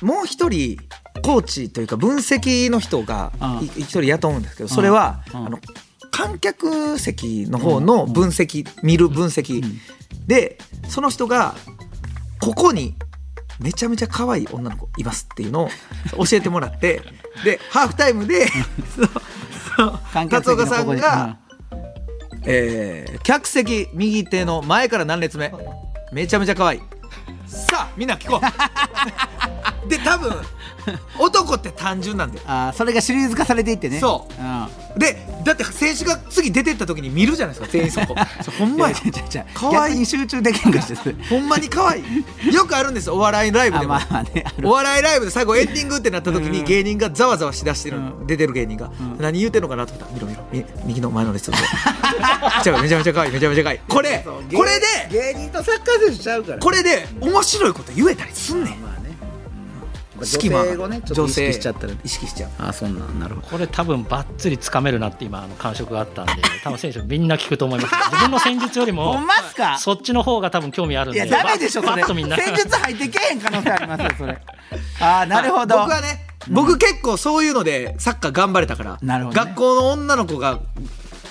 [SPEAKER 2] もう一人コーチというか分析の人が
[SPEAKER 1] うん
[SPEAKER 2] い一人雇うんですけどそれは
[SPEAKER 1] うん
[SPEAKER 2] あの観客席の方の分析見る分析でその人がここにめちゃめちゃ可愛い女の子いますっていうのを教えてもらってでハーフタイムでそうそう
[SPEAKER 1] 観客
[SPEAKER 2] 達
[SPEAKER 1] 席の
[SPEAKER 2] 岡さ
[SPEAKER 1] ここ
[SPEAKER 2] ん
[SPEAKER 1] に
[SPEAKER 2] が、えー客席右手の前から何列目めちゃめちゃ可愛いさあみんな聞こう [LAUGHS] で多分男って単純なんで
[SPEAKER 1] あーそれがシリーズ化されていってね
[SPEAKER 2] そ
[SPEAKER 1] うん、
[SPEAKER 2] でだって選手が次出てった時に見るじゃないですか全
[SPEAKER 1] [LAUGHS]
[SPEAKER 2] 員そこそうほんまや
[SPEAKER 1] じゃじゃ
[SPEAKER 2] 可愛い
[SPEAKER 1] に集中できんかしてる
[SPEAKER 2] ほんまに可愛いよくあるんですよお笑いライブ
[SPEAKER 1] あ
[SPEAKER 2] でも
[SPEAKER 1] まあまあねある
[SPEAKER 2] お笑いライブで最後エンディングってなった時
[SPEAKER 1] う
[SPEAKER 2] に
[SPEAKER 1] ん
[SPEAKER 2] 芸人がざわざわしだしてるの、
[SPEAKER 1] うん
[SPEAKER 2] 出てる芸人が、
[SPEAKER 1] ん
[SPEAKER 2] 何言うてんのかなと思ったら見ろ見ろみ [LAUGHS] 右の前の列をめちゃめちゃ可愛いめちゃめちゃ可愛いこれこれで
[SPEAKER 1] 芸人とサッカー選手ちゃうから
[SPEAKER 2] これで面白いこと言えたりすんねん
[SPEAKER 1] まあね
[SPEAKER 2] 隙間
[SPEAKER 1] 女性をねちょっと意識しちゃったらね
[SPEAKER 2] 意識しちゃう
[SPEAKER 1] あそんなんなるほど
[SPEAKER 5] これ多分ばっつりつかめるなって今あの感触があ
[SPEAKER 1] [LAUGHS]
[SPEAKER 5] ったんで多分選手みんな聞くと思います自分の戦術よりも
[SPEAKER 1] ほんまっすか
[SPEAKER 5] そっちの方が多分興味あるん
[SPEAKER 1] い
[SPEAKER 5] で
[SPEAKER 1] やダメでしょ
[SPEAKER 5] バ
[SPEAKER 1] そ
[SPEAKER 5] ッ
[SPEAKER 1] れ
[SPEAKER 5] バッとみんな
[SPEAKER 1] 戦術入ってけえへん可能性ありますよ
[SPEAKER 2] [LAUGHS]
[SPEAKER 1] それああなるほど
[SPEAKER 2] 僕はね僕結構そういうのでサッカー頑張れたから、
[SPEAKER 1] なるほどね
[SPEAKER 2] 学校の女の子が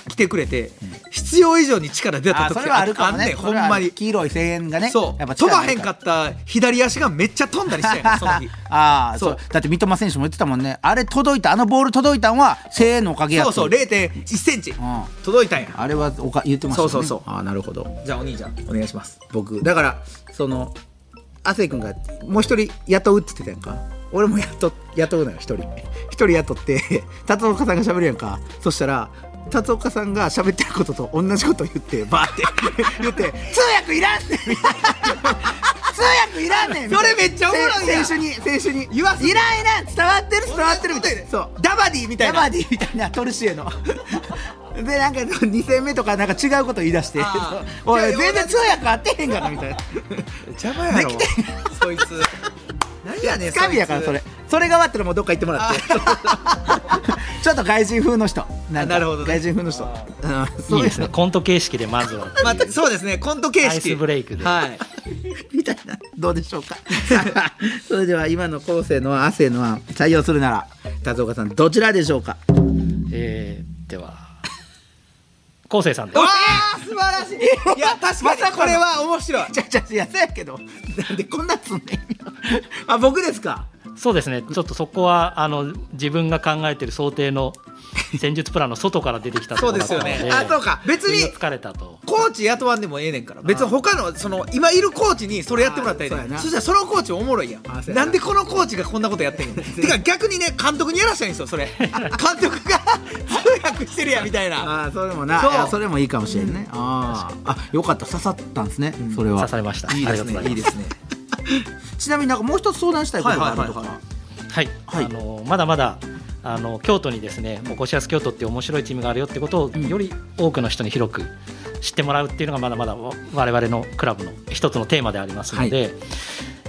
[SPEAKER 2] 来てくれて、必要以上に力出
[SPEAKER 1] あ
[SPEAKER 2] た
[SPEAKER 1] ー
[SPEAKER 2] 時
[SPEAKER 1] それはあるかも
[SPEAKER 2] あん
[SPEAKER 1] ね
[SPEAKER 2] ねんほんまに
[SPEAKER 1] 黄色い声援がね
[SPEAKER 2] そう
[SPEAKER 1] やっぱ
[SPEAKER 2] 飛
[SPEAKER 1] 力
[SPEAKER 2] ば
[SPEAKER 1] ある
[SPEAKER 2] へん
[SPEAKER 1] ら
[SPEAKER 2] かった左足がめっちゃ飛んだりしたや
[SPEAKER 1] [LAUGHS]
[SPEAKER 2] んその日
[SPEAKER 1] ああそ
[SPEAKER 2] そう
[SPEAKER 1] うだって三笘選手も言ってたもんねあれ届いたあのボール届いたんは声援のおか [LAUGHS] げや
[SPEAKER 2] そ
[SPEAKER 1] と
[SPEAKER 2] うそう0 1センチ
[SPEAKER 1] ん
[SPEAKER 2] 届いたんや
[SPEAKER 1] あれはおか言ってましたね
[SPEAKER 2] そうそうそう
[SPEAKER 1] ああなるほど
[SPEAKER 2] じゃあお兄ちゃんお願いします
[SPEAKER 1] 僕だからその亜生君がもう一人雇うって言ってたやんか俺も雇雇うのよ一人 [LAUGHS] 一人雇って [LAUGHS] 達岡さんが喋るやんかそしたら達岡さんが喋ってることと同じこと言ってバーって [LAUGHS] 言って通訳いらん
[SPEAKER 2] [LAUGHS]
[SPEAKER 1] ねんみたいな通訳いらんねんみたいな
[SPEAKER 2] それめっちゃおもろいやん
[SPEAKER 1] せ選手に選手に
[SPEAKER 2] 言わす
[SPEAKER 1] いらんいらん伝わってる伝わってるみたいなそう
[SPEAKER 2] ダバディみたいな
[SPEAKER 1] ヤバディみたいなトルシエ [LAUGHS] のでなんか2戦目とかなんか違うこと言い出して
[SPEAKER 2] あー
[SPEAKER 1] おい
[SPEAKER 2] いや
[SPEAKER 1] 全然通訳合ってへんからみたいな
[SPEAKER 2] 邪魔やろそいつ何やね
[SPEAKER 1] [LAUGHS]
[SPEAKER 2] ん
[SPEAKER 1] つかみやから
[SPEAKER 2] いつ
[SPEAKER 1] それそれが終わったらもうどっか行ってもらって [LAUGHS] ちょっと外人風の人んか
[SPEAKER 2] なるほどね
[SPEAKER 1] 外人風の人うん
[SPEAKER 5] い
[SPEAKER 1] そ
[SPEAKER 5] いうで
[SPEAKER 1] です
[SPEAKER 5] すねコント形式で
[SPEAKER 1] [LAUGHS]
[SPEAKER 5] まずは
[SPEAKER 2] まあそうですねコント形式
[SPEAKER 5] アイスブレイクで
[SPEAKER 2] はい
[SPEAKER 1] みたいなどうでしょうか [LAUGHS] それでは今の後世の亜生の案採用するなら達岡さんどちらでしょうか
[SPEAKER 5] えーでは昴生さんで
[SPEAKER 2] わあ素晴らしいいや確かにこれは面白い
[SPEAKER 1] ちゃちゃいやそうやけどなんでこんなつんねん [LAUGHS] あ僕ですか
[SPEAKER 5] そうですねちょっとそこはあの自分が考えてる想定の戦術プランの外から出てきたところだったの
[SPEAKER 2] そ
[SPEAKER 5] で
[SPEAKER 2] うですよねあそうか別に
[SPEAKER 5] 自分が疲れたと
[SPEAKER 2] コーチ雇わんでもええねんから別に他のその今いるコーチにそれやってもらったり
[SPEAKER 1] あーそうやな
[SPEAKER 2] そしたらそのコーチおもろいや
[SPEAKER 1] あーそ
[SPEAKER 2] ん
[SPEAKER 1] うやな
[SPEAKER 2] なんでこのコーチがこんなことやってんのてか逆にね監督にやらしたいんですよ
[SPEAKER 1] [LAUGHS]
[SPEAKER 2] それ監督が通訳してるやんみたいな
[SPEAKER 1] ああそれもな
[SPEAKER 2] そう
[SPEAKER 1] いやそれもいいかもしれんね、あーあよかった刺さったんですね、それは
[SPEAKER 5] 刺されました
[SPEAKER 2] いいです
[SPEAKER 5] ありがとうございま
[SPEAKER 2] ね
[SPEAKER 5] す
[SPEAKER 2] いいですね
[SPEAKER 1] [LAUGHS] ちなみになんかもう一つ相談したいことがあるとか、
[SPEAKER 2] はいはいはいは
[SPEAKER 1] は
[SPEAKER 5] はい、
[SPEAKER 1] い
[SPEAKER 5] あのまだまだあの京都にですねおこしやす京都っていう面白いチームがあるよってことをより多くの人に広く知ってもらうっていうのがまだまだわ我々のクラブの一つのテーマでありますので、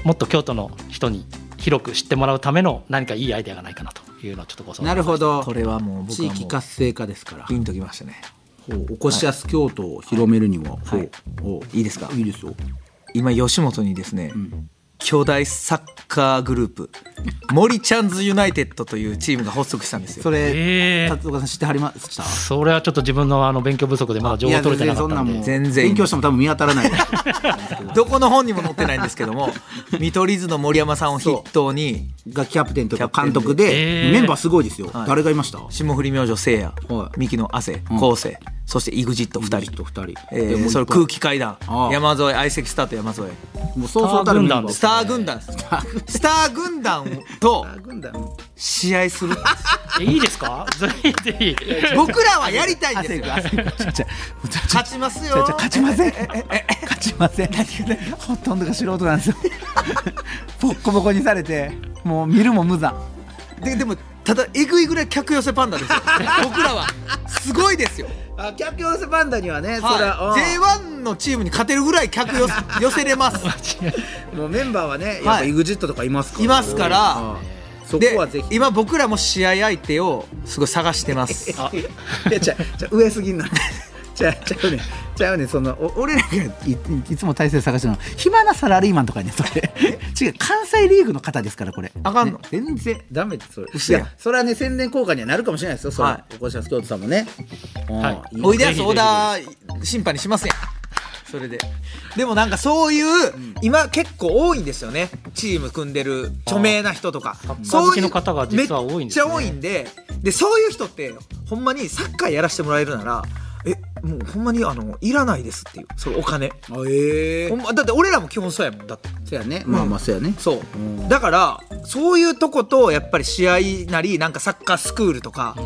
[SPEAKER 5] もっと京都の人に広く知ってもらうための何かいいアイデアがないかなというのをちょっとご相
[SPEAKER 1] な
[SPEAKER 5] 談
[SPEAKER 1] るほど
[SPEAKER 2] これはもう僕はもう
[SPEAKER 1] 地域活性化ですから
[SPEAKER 2] ピンときましたね
[SPEAKER 1] ほうおこしやす京都を広めるには、
[SPEAKER 2] はい
[SPEAKER 1] ほうほう
[SPEAKER 2] いいですか
[SPEAKER 1] いいですよ
[SPEAKER 2] 今吉本にですね、
[SPEAKER 1] ん
[SPEAKER 2] 巨大サッカーグループ森チャンズユナイテッドというチームが発足したんです
[SPEAKER 1] そ
[SPEAKER 2] よ
[SPEAKER 1] れ
[SPEAKER 5] えー
[SPEAKER 1] 達岡さん知ってはりました
[SPEAKER 5] それはちょっと自分のあの勉強不足でまだ情報取れてなかったん
[SPEAKER 1] い
[SPEAKER 5] で
[SPEAKER 1] や
[SPEAKER 2] 全
[SPEAKER 1] 全然そんなもん
[SPEAKER 2] 然いい
[SPEAKER 1] 勉強しても多分見当たらない
[SPEAKER 2] どこの本にも載ってないんですけども
[SPEAKER 1] [LAUGHS]
[SPEAKER 2] 見取り図の森山さんを筆頭に
[SPEAKER 1] がキャプテンとか
[SPEAKER 2] キャプテ
[SPEAKER 1] 監
[SPEAKER 2] ンで
[SPEAKER 1] 督で
[SPEAKER 5] えー
[SPEAKER 1] メンバーすごいですよ、
[SPEAKER 2] はい
[SPEAKER 1] 誰がいました
[SPEAKER 2] 霜降り明星せいや
[SPEAKER 1] はい
[SPEAKER 2] 三木の汗
[SPEAKER 1] ん
[SPEAKER 2] 昴生、そして EXIT2 人
[SPEAKER 1] ちょっと二人、
[SPEAKER 2] えー
[SPEAKER 1] でもう
[SPEAKER 2] それ
[SPEAKER 1] いっぱい
[SPEAKER 2] 空気階段
[SPEAKER 1] ああ
[SPEAKER 2] 山添相席スタート山添
[SPEAKER 1] もうそうそうたるメンバー
[SPEAKER 2] スター軍団スター軍団と
[SPEAKER 1] スター軍団
[SPEAKER 2] 試合する
[SPEAKER 5] えいいですかぜひぜひ
[SPEAKER 2] 僕らはやりたいんですよ
[SPEAKER 1] 汗が汗がちょちょちょちょ
[SPEAKER 2] 勝ちますよ
[SPEAKER 1] じゃあじゃあ勝ちません勝ちませんほとんどが素人なんですよボッコボコにされてもう見るも無残
[SPEAKER 2] ででもただえぐいぐらい客寄せパン
[SPEAKER 1] [LAUGHS]
[SPEAKER 2] ダですよ僕らはすごいですよ、
[SPEAKER 1] あ客寄せパンダにはね、
[SPEAKER 2] は
[SPEAKER 1] そりゃ
[SPEAKER 2] い、J1 のチームに勝てるぐらい客寄せ寄せれます
[SPEAKER 1] うんもうメンバーはねやっぱ
[SPEAKER 2] はい
[SPEAKER 1] EXIT とかいますから、
[SPEAKER 2] いますから
[SPEAKER 1] うん [LAUGHS] そこ
[SPEAKER 2] で
[SPEAKER 1] はぜひ
[SPEAKER 2] 今僕らも試合相手をすごい探してます
[SPEAKER 5] あ
[SPEAKER 1] いやちゃちゃ上すぎんなちゃちゃうねんちゃうねんそのお俺らがいいいつも体制探してるの暇なサラリーマンとかねそれ違う関西リーグの方ですからこれ
[SPEAKER 2] あかんの
[SPEAKER 1] ね全然ダメですそれ
[SPEAKER 2] 嘘やん
[SPEAKER 1] いそれはね宣伝効果にはなるかもしれないですよそれ
[SPEAKER 2] は
[SPEAKER 1] おこしやす京都さんもね
[SPEAKER 5] はい
[SPEAKER 1] うん
[SPEAKER 2] おいでやす
[SPEAKER 5] ぜひぜ
[SPEAKER 2] 小
[SPEAKER 5] ひ
[SPEAKER 2] 田審判にしません [LAUGHS] それででもなんかそういう、今結構多いんですよねチーム組んでる著名な人とか
[SPEAKER 5] サッカー
[SPEAKER 2] そう
[SPEAKER 5] 好
[SPEAKER 2] い
[SPEAKER 5] き
[SPEAKER 2] う
[SPEAKER 5] の方が実は多いんですね
[SPEAKER 2] めっちゃ多いんででそういう人ってほんまにサッカーやらせてもらえるならえもうほんまにあのいらないですっていうそのお金
[SPEAKER 1] あええ
[SPEAKER 2] ほんまだって俺らも基本そうやもんだって
[SPEAKER 1] そうやねまあまあそうやね
[SPEAKER 2] そう
[SPEAKER 1] うん
[SPEAKER 2] だからそういうとことやっぱり試合なりなんかサッカースクールとか、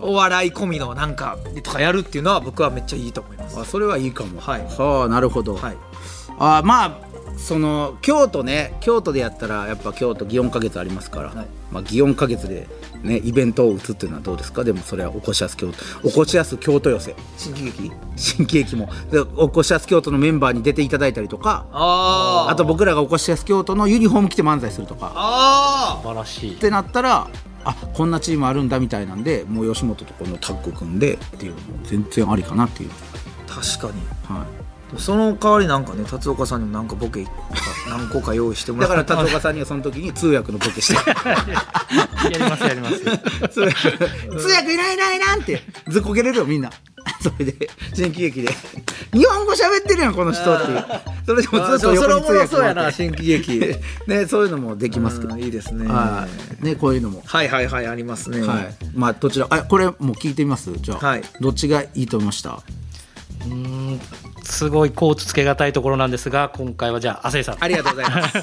[SPEAKER 2] お笑い込みのなんかとかやるっていうのは僕はめっちゃいいと思います
[SPEAKER 1] あそれはいいかも
[SPEAKER 2] はい
[SPEAKER 1] はあなるほど、
[SPEAKER 2] はい
[SPEAKER 1] あまあその京都ね京都でやったらやっぱ京都祇園花月ありますから、
[SPEAKER 2] はい
[SPEAKER 1] まあ、祇園花月で、ね、イベントを打つっていうのはどうですかでもそれは起こしやす京都起こしやす京都寄せ
[SPEAKER 2] 新喜劇
[SPEAKER 1] 新喜劇もで起こしやす京都のメンバーに出ていただいたりとか
[SPEAKER 2] あー
[SPEAKER 1] あと僕らが起こしやす京都のユニフォーム着て漫才するとか
[SPEAKER 2] あ
[SPEAKER 5] 素晴らしい
[SPEAKER 1] ってなったらあこんなチームあるんだみたいなんでもう吉本とこのタッグ組んでっていうのも全然ありかなっていう、
[SPEAKER 2] ー確かに
[SPEAKER 1] は
[SPEAKER 2] でもその代わりなんかね達岡さんにもなんかボケ何個か用意して
[SPEAKER 1] い、
[SPEAKER 2] もら
[SPEAKER 1] だ
[SPEAKER 2] っ
[SPEAKER 1] か
[SPEAKER 2] た
[SPEAKER 1] ら達岡さんにはその時に通訳のボケして
[SPEAKER 2] [LAUGHS]
[SPEAKER 5] やりますやります
[SPEAKER 1] 通訳通訳いないいないいなんってずっこけれるよみんな [LAUGHS] それで新喜劇で日本語喋ってるやんこの人っていうそれでもずっと横に通訳
[SPEAKER 2] そうやな
[SPEAKER 1] 回って
[SPEAKER 2] 新喜劇
[SPEAKER 1] [LAUGHS] ねそういうのもできますけど
[SPEAKER 2] うんいいですね
[SPEAKER 1] はいねこういうのも
[SPEAKER 2] はいはいはいありますね
[SPEAKER 1] はいまあどちらあこれもう聞いてみますじゃあ、
[SPEAKER 2] はい
[SPEAKER 1] どっちがいいと思いました
[SPEAKER 5] うーんすごいコーツつけがたいところなんですが今回はじゃあ亜生さん
[SPEAKER 2] ありがとうございます [LAUGHS]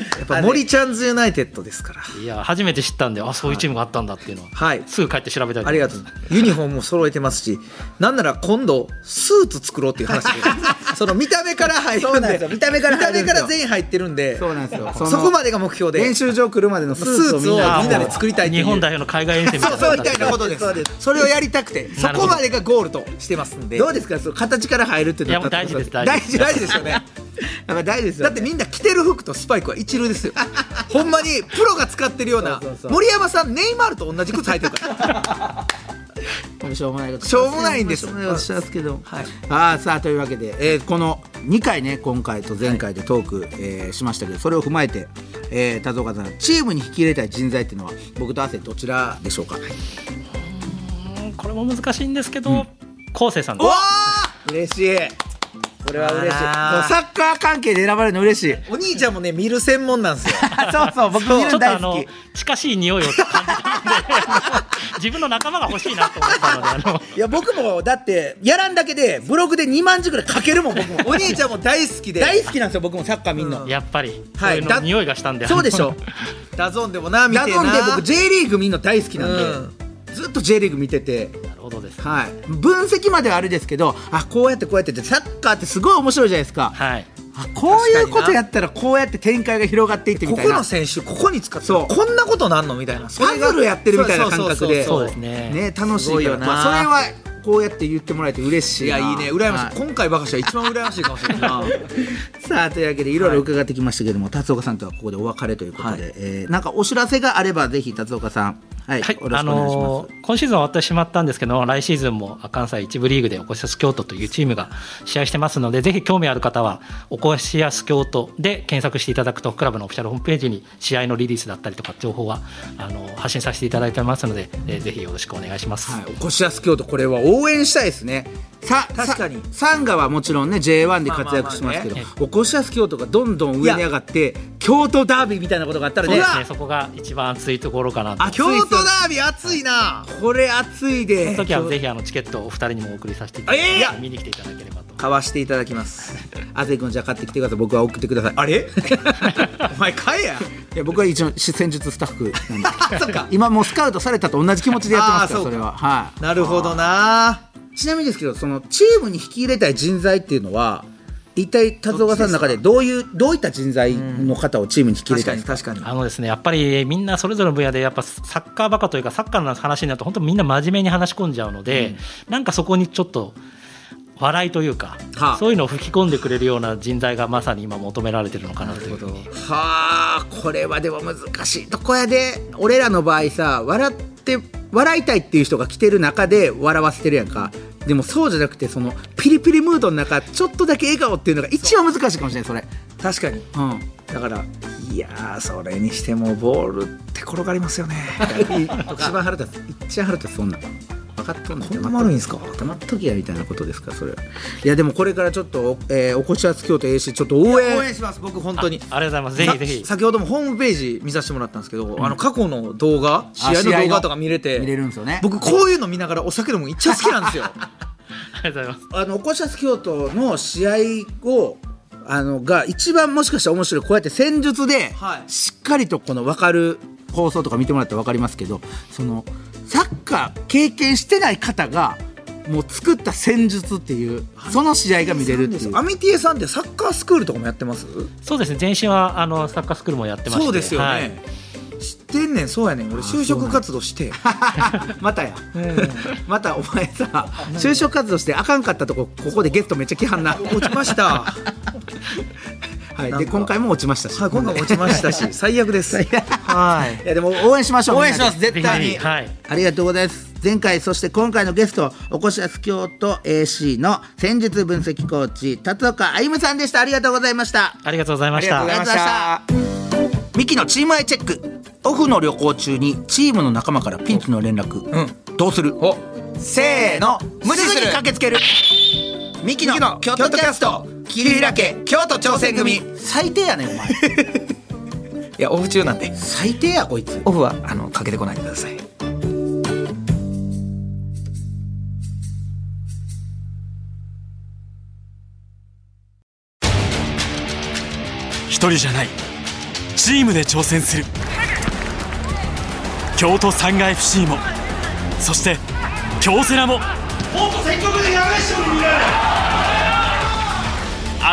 [SPEAKER 2] やっぱ森ちゃんズユナイテッドですから
[SPEAKER 5] いや初めて知ったんであそういうチームがあったんだっていうのは、
[SPEAKER 2] はい
[SPEAKER 5] すぐ帰って調べたい
[SPEAKER 2] ありが
[SPEAKER 5] と
[SPEAKER 2] とうユニフォームも揃えてますしなんなら今度スーツ作ろうっていう話で
[SPEAKER 1] [LAUGHS]
[SPEAKER 2] その見た目から入
[SPEAKER 1] そう
[SPEAKER 2] るん
[SPEAKER 1] なんで
[SPEAKER 2] です
[SPEAKER 1] よ見た目から入るんですよ
[SPEAKER 2] 見た目から全員入ってるんで
[SPEAKER 1] そうなんですよ
[SPEAKER 2] そこまでが目標で
[SPEAKER 1] 練習場来るまでのスーツをみん
[SPEAKER 2] スーツを
[SPEAKER 1] な
[SPEAKER 2] みんなで作りたいってい
[SPEAKER 5] 日
[SPEAKER 2] う
[SPEAKER 5] 本代表の海外遠征みたいな
[SPEAKER 2] そうみたいなことです
[SPEAKER 1] そうですそれをやりたくて
[SPEAKER 2] そこまでがゴールとしてますんで
[SPEAKER 1] どうですかその形から入るっていうの
[SPEAKER 5] いやもう大事です
[SPEAKER 1] 大
[SPEAKER 5] 大
[SPEAKER 1] 事
[SPEAKER 5] 事
[SPEAKER 1] 大
[SPEAKER 5] で
[SPEAKER 1] 事大
[SPEAKER 5] す
[SPEAKER 1] 事ですよ [LAUGHS] ねやっぱ大事ですよ
[SPEAKER 2] だ
[SPEAKER 1] ね
[SPEAKER 2] ってみんな着てる服とスパイクは一流ですよ [LAUGHS] ほんまにプロが使ってるよう
[SPEAKER 1] そう
[SPEAKER 2] な
[SPEAKER 1] そうそう
[SPEAKER 2] 森山さんネイマールと同じ靴履いてるから
[SPEAKER 1] [LAUGHS] しょうもないこと
[SPEAKER 2] しょうもないんで
[SPEAKER 1] し
[SPEAKER 2] す
[SPEAKER 1] ょうもないことしますけど、
[SPEAKER 2] はい
[SPEAKER 1] ああさあというわけで、えーこの2回ね今回と前回でトーク、えーしましたけどそれを踏まえて、えー、田岡さんチームに引き入れたい人材っていうのは僕と亜生どちらでしょうか、
[SPEAKER 5] うんこれも難しいんですけど、昴生さんで
[SPEAKER 2] お
[SPEAKER 5] す
[SPEAKER 1] 嬉しいこれは嬉しいもう
[SPEAKER 2] あらー
[SPEAKER 1] サッカー関係で選ばれるの嬉しい
[SPEAKER 2] お兄ちゃんもね見る専門なんです [LAUGHS] よ
[SPEAKER 1] あそうそう僕見る
[SPEAKER 5] ちょ
[SPEAKER 1] の
[SPEAKER 5] っとあ
[SPEAKER 1] 大好
[SPEAKER 5] の
[SPEAKER 1] き
[SPEAKER 5] 近しい匂いを感じたんで [LAUGHS] あの自分の仲間が欲しいなと思ったのであの
[SPEAKER 2] いや僕もだってやらんだけでブログで2万字ぐらい書けるもん僕
[SPEAKER 1] [LAUGHS]
[SPEAKER 2] もお兄ちゃんも大好きで
[SPEAKER 1] 大好きなんですよ僕もサッカー見んの、
[SPEAKER 2] うん
[SPEAKER 5] やっぱり、
[SPEAKER 2] はい
[SPEAKER 5] そういう
[SPEAKER 2] だ
[SPEAKER 5] の匂いがしたんで
[SPEAKER 1] そうでしょ
[SPEAKER 2] ダゾーンでもな見て
[SPEAKER 1] ダ
[SPEAKER 2] な
[SPEAKER 1] ゾンで僕 J リーグ見んの大好きなんで、ずっと J リーグ見てて
[SPEAKER 5] なるほどですね
[SPEAKER 1] はい分析まではあれですけどあこうやってこうやってってサッカーってすごい面白いじゃないですか
[SPEAKER 5] はい
[SPEAKER 1] あこういうことやったらこうやって展開が広がっていってみ
[SPEAKER 2] こ
[SPEAKER 1] たい
[SPEAKER 2] こ
[SPEAKER 1] な
[SPEAKER 2] の選手ここに使って
[SPEAKER 1] そう
[SPEAKER 2] こんなことなんのみたいなそ
[SPEAKER 1] パ
[SPEAKER 2] れが
[SPEAKER 1] ズルやってるみたいな感覚で
[SPEAKER 5] そうですね
[SPEAKER 1] ね楽しい
[SPEAKER 2] すごい
[SPEAKER 1] から
[SPEAKER 2] よな
[SPEAKER 1] まあそれはこうやって言ってもらえて嬉しい
[SPEAKER 2] いやいいね羨ましい、
[SPEAKER 1] は
[SPEAKER 2] 今回ばかしは一番羨ましいかもしれない [LAUGHS]
[SPEAKER 1] さあというわけでいろいろ伺ってきましたけども、辰岡さんとはここでお別れということで、えーなんかお知らせがあればぜひ辰岡さんはい、
[SPEAKER 5] はい
[SPEAKER 1] よ、ろ
[SPEAKER 5] あ
[SPEAKER 1] しくお願いします
[SPEAKER 5] のー今シーズンは終わってしまったんですけど来シーズンも関西一部リーグでおこしやす京都というチームが試合してますのでぜひ興味ある方はおこしやす京都で検索していただくとクラブのオフィシャルホームページに試合のリリースだったりとか情報はあのー発信させていただいてますので、えーぜひよろしくお願いします。
[SPEAKER 1] はい、おこしやす京都これは応援したいですねさ
[SPEAKER 2] 確かに
[SPEAKER 1] さサンガはもちろんね J1 で活躍してますけど、
[SPEAKER 5] まあまあま
[SPEAKER 1] おこしやす京都がどんどん上に上がって京都ダービーみたいなことがあったら
[SPEAKER 5] そう
[SPEAKER 1] ね
[SPEAKER 5] ですね、そこが一番熱いところかなと。
[SPEAKER 1] あ
[SPEAKER 2] 京都ダービー熱いな
[SPEAKER 1] これ熱いで
[SPEAKER 5] その時はぜひあのチケットをお二人にもお送りさせていただいて、
[SPEAKER 2] えー
[SPEAKER 5] 見に来ていただければと。
[SPEAKER 2] 買わしていただきます
[SPEAKER 1] 亜生君じゃあ買ってきてください僕は送ってください [LAUGHS]
[SPEAKER 2] あれお前買えや
[SPEAKER 1] いや僕は一応戦術スタッフなんで
[SPEAKER 2] そっか
[SPEAKER 1] 今もうスカウトされたと同じ気持ちでやってますから
[SPEAKER 2] あ
[SPEAKER 1] そ
[SPEAKER 2] ーそうか
[SPEAKER 1] れははい
[SPEAKER 2] なるほどな
[SPEAKER 1] ちなみにですけどそのチームに引き入れたい人材っていうのは一体達岡さんの中でどういうどういった人材の方をチームに引き入れたい
[SPEAKER 2] 確か
[SPEAKER 1] んで
[SPEAKER 2] に
[SPEAKER 1] すか
[SPEAKER 2] 確かに
[SPEAKER 5] あのですね、やっぱりみんなそれぞれの分野でやっぱサッカーバカというかサッカーの話になると本当みんな真面目に話し込んじゃうので、なんかそこにちょっと笑いというか、
[SPEAKER 1] はあ
[SPEAKER 5] そういうのを吹き込んでくれるような人材がまさに今求められてるのかなというふうに
[SPEAKER 1] はあこれはでも難しいとこやで俺らの場合さ笑って笑いたいっていう人が来てる中で笑わせてるやんかでもそうじゃなくてそのピリピリムードの中ちょっとだけ笑顔っていうのが一番難しいかもしれないそれ
[SPEAKER 2] 確かに
[SPEAKER 1] うん
[SPEAKER 2] だからいやーそれにしてもボールって転がりますよね
[SPEAKER 1] 一番腹立つ一番腹立つそんなん分かっとんの
[SPEAKER 2] こんなもあるんですか
[SPEAKER 1] 黙っときやみたいなことですかそれはいやでもこれからちょっと、えー、おこしやす京都 AC ちょっと応援
[SPEAKER 2] 応援します僕本当に
[SPEAKER 5] あありがとうございます。ぜひぜひ
[SPEAKER 2] さ。先ほどもホームページ見させてもらったんですけど、あの過去の動画試合の動画とか見れて
[SPEAKER 1] 見れるんですよね
[SPEAKER 2] 僕こういうの見ながらお酒飲むのめっちゃ好きなんですよ
[SPEAKER 5] ありがとうございます。
[SPEAKER 1] あのおこしやす京都の試合をあのが一番もしかしたら面白いこうやって戦術で、
[SPEAKER 2] はい
[SPEAKER 1] しっかりとこの分かる放送とか見てもらったら分かりますけどそのサッカー経験してない方がもう作った戦術っていうその試合が見れるっていう
[SPEAKER 2] アミティエさんってサッカースクールとかもやってます
[SPEAKER 5] そうですね前身はあのサッカースクールもやってまして
[SPEAKER 2] そうですよね、
[SPEAKER 5] はい
[SPEAKER 2] 知ってんねんそうやねん俺就職活動して
[SPEAKER 1] [LAUGHS] またや [LAUGHS] またお前さ就職活動してあかんかったとこここでゲストめっちゃ来はんな
[SPEAKER 2] [LAUGHS] 落ちました
[SPEAKER 1] [LAUGHS]
[SPEAKER 2] は
[SPEAKER 1] はい、
[SPEAKER 2] なん
[SPEAKER 1] で
[SPEAKER 2] か
[SPEAKER 1] 今回も落ちました
[SPEAKER 2] い
[SPEAKER 1] し、
[SPEAKER 2] 今回も落ちまし
[SPEAKER 1] [LAUGHS]
[SPEAKER 2] たし最悪ですはい
[SPEAKER 1] いやでも応援しましょう
[SPEAKER 2] 応援します
[SPEAKER 1] みんなで絶
[SPEAKER 5] ぜひ
[SPEAKER 1] 対
[SPEAKER 5] ぜ
[SPEAKER 1] に
[SPEAKER 5] ひはい
[SPEAKER 1] ありがとうございます前回そして今回のゲストおこしやす京都 AC の戦術分析コーチ辰岡歩夢さんでしたありがとうございました
[SPEAKER 5] ありがとうございました
[SPEAKER 1] ありがとうございました
[SPEAKER 2] ミキのチームアイチェック
[SPEAKER 1] オフの旅行中にチームの仲間からピンチの連絡、
[SPEAKER 2] う
[SPEAKER 1] どうする
[SPEAKER 2] せーの無視する
[SPEAKER 1] ぐに駆けつけるミキ
[SPEAKER 2] ミキの
[SPEAKER 1] の
[SPEAKER 2] 京
[SPEAKER 1] 京
[SPEAKER 2] 都
[SPEAKER 1] 都
[SPEAKER 2] キ
[SPEAKER 1] キ
[SPEAKER 2] ャ
[SPEAKER 1] ャ
[SPEAKER 2] ス
[SPEAKER 1] ス
[SPEAKER 2] ト
[SPEAKER 1] ト
[SPEAKER 2] 桐平家京都挑戦組 [LAUGHS] い
[SPEAKER 1] 最低やねんお前
[SPEAKER 2] やオフ中なんで
[SPEAKER 1] 最低やこいつ
[SPEAKER 2] オフはあのかけてこないでください
[SPEAKER 6] 一人じゃないチームで挑戦する京都サンガ FC もそして京セラもあ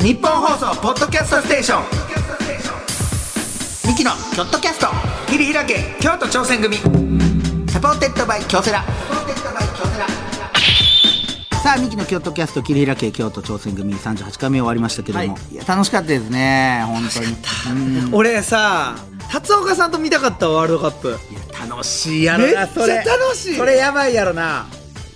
[SPEAKER 1] 日本放送ポッドキャストステーションミキのキョットキャスト桐平家京都挑戦組サポーテッドバイ京セラさあミキの京都キャスト桐平家京都挑戦組38回目終わりましたけども、い、や楽しかったですね本当にうん
[SPEAKER 2] 俺さ辰岡さんと見たかったわワールドカップ
[SPEAKER 1] 楽しいやろなそ
[SPEAKER 2] め
[SPEAKER 1] れ
[SPEAKER 2] っちゃ楽しい
[SPEAKER 1] それやばいやろな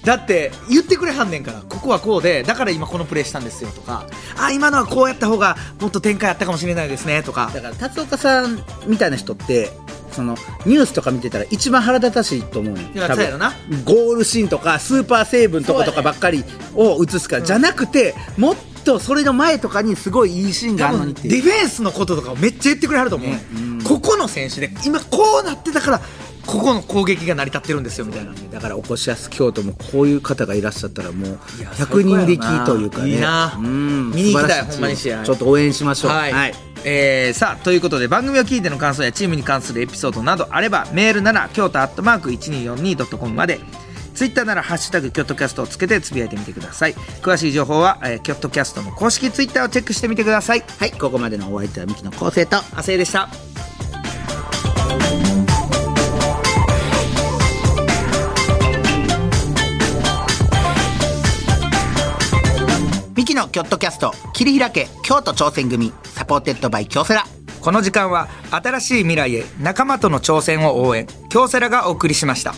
[SPEAKER 2] だって言ってくれはんねんからここはこうでだから今このプレーしたんですよとかあ今のはこうやった方がもっと展開あったかもしれないですねとか
[SPEAKER 1] だから辰岡さんみたいな人ってそのニュースとか見てたら一番腹立たしいと思うよ
[SPEAKER 2] いやそうやろな
[SPEAKER 1] ゴールシーンとかスーパーセーブンとことかばっかりを映すから、じゃなくてもっとそれの前とかにすごいいいシーンが
[SPEAKER 2] 多
[SPEAKER 1] あるのに
[SPEAKER 2] 分
[SPEAKER 1] っ
[SPEAKER 2] デ
[SPEAKER 1] て
[SPEAKER 2] ィ
[SPEAKER 1] いう
[SPEAKER 2] フェンスのこととかをめっちゃ言ってくれはると思う、
[SPEAKER 1] ねうん
[SPEAKER 2] ここの選手で今こうなってたからここの攻撃が成り立ってるんですよみたいな
[SPEAKER 1] だからおこしやす京都もこういう方がいらっしゃったらもう
[SPEAKER 2] いや
[SPEAKER 1] 100人力というかね
[SPEAKER 2] いいな
[SPEAKER 1] うん
[SPEAKER 2] 見に行きたい
[SPEAKER 1] 素晴らし
[SPEAKER 2] ほんまに試合
[SPEAKER 1] ちょっと応援しましょう
[SPEAKER 2] はい、えーさあということで番組を聞いての感想やチームに関するエピソードなどあればメールなら京都アットマーク 1242.com までツイッターなら「ハッシュタグ京都キャスト」をつけてつぶやいてみてください詳しい情報は、えー、京都キャストの公式ツイッターをチェックしてみてください
[SPEAKER 1] はい、ここまでのお相手はミキの構成と
[SPEAKER 2] 亜生でした
[SPEAKER 1] ミキのキョットキャスト桐平家京都挑戦組サポーテッドバイ京セラ
[SPEAKER 2] この時間は新しい未来へ仲間との挑戦を応援京セラがお送りしました